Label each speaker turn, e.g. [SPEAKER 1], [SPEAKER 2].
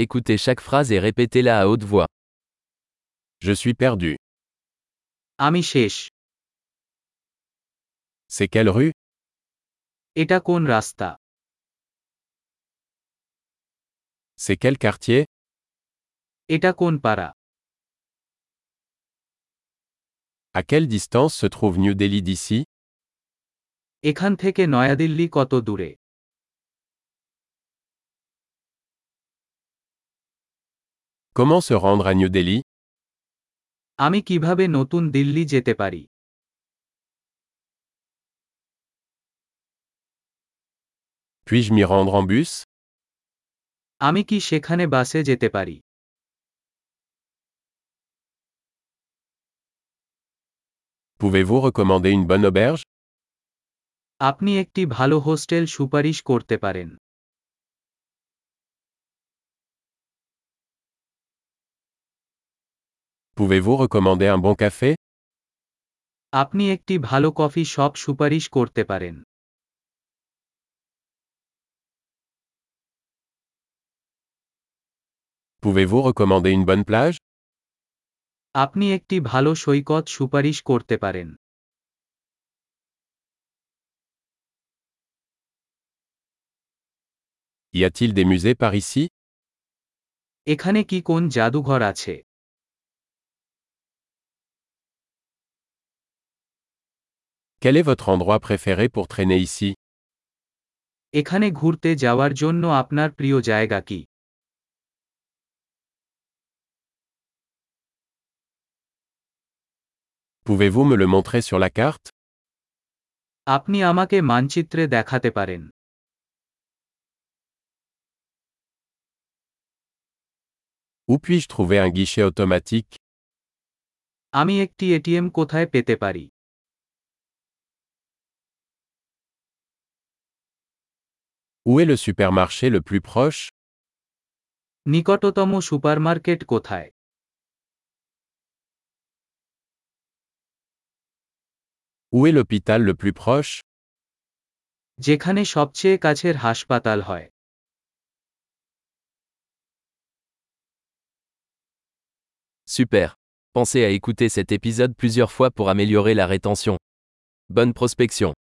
[SPEAKER 1] Écoutez chaque phrase et répétez-la à haute voix.
[SPEAKER 2] Je suis perdu.
[SPEAKER 3] আমি শেষ
[SPEAKER 2] C'est quelle rue
[SPEAKER 3] এটা কোন রাস্তা
[SPEAKER 2] C'est quel quartier
[SPEAKER 3] এটা কোন পাড়া
[SPEAKER 2] À quelle distance se trouve New Delhi d'ici
[SPEAKER 3] এখান থেকে নয়াদিল্লি কত দূরে
[SPEAKER 2] Comment se rendre à New Delhi
[SPEAKER 3] আমি কিভাবে নতুন দিল্লি যেতে পারি
[SPEAKER 2] Puis-je m'y rendre en bus
[SPEAKER 3] আমি কি সেখানে বাসে যেতে পারি
[SPEAKER 2] Pouvez-vous recommander une bonne auberge
[SPEAKER 3] আপনি একটি ভালো হোস্টেল সুপারিশ করতে পারেন
[SPEAKER 2] Pouvez-vous recommander un bon café
[SPEAKER 3] আপনি একটি ভালো কফি শপ সুপারিশ করতে পারেন
[SPEAKER 2] Pouvez-vous recommander une bonne plage
[SPEAKER 3] আপনি একটি ভালো সৈকত সুপারিশ করতে পারেন
[SPEAKER 2] Y a-t-il des musées par ici
[SPEAKER 3] এখানে কি কোন জাদুঘর আছে
[SPEAKER 2] Quel est votre endroit préféré pour traîner ici
[SPEAKER 3] এখানে ঘুরতে যাওয়ার জন্য আপনার প্রিয় জায়গা কি
[SPEAKER 2] Pouvez-vous me le montrer sur la carte
[SPEAKER 3] আপনি আমাকে মানচিত্রে দেখাতে পারেন
[SPEAKER 2] Où puis-je trouver un guichet automatique
[SPEAKER 3] আমি একটি এটিএম কোথায় পেতে পারি
[SPEAKER 2] Où est le supermarché le plus proche
[SPEAKER 3] নিকটতম সুপারমার্কেট কোথায়
[SPEAKER 2] Où est l'hôpital le plus proche
[SPEAKER 3] যেখানে সবচেয়ে কাছের হাসপাতাল হয়
[SPEAKER 1] Super. Pensez à écouter cet épisode plusieurs fois pour améliorer la rétention. Bonne prospection.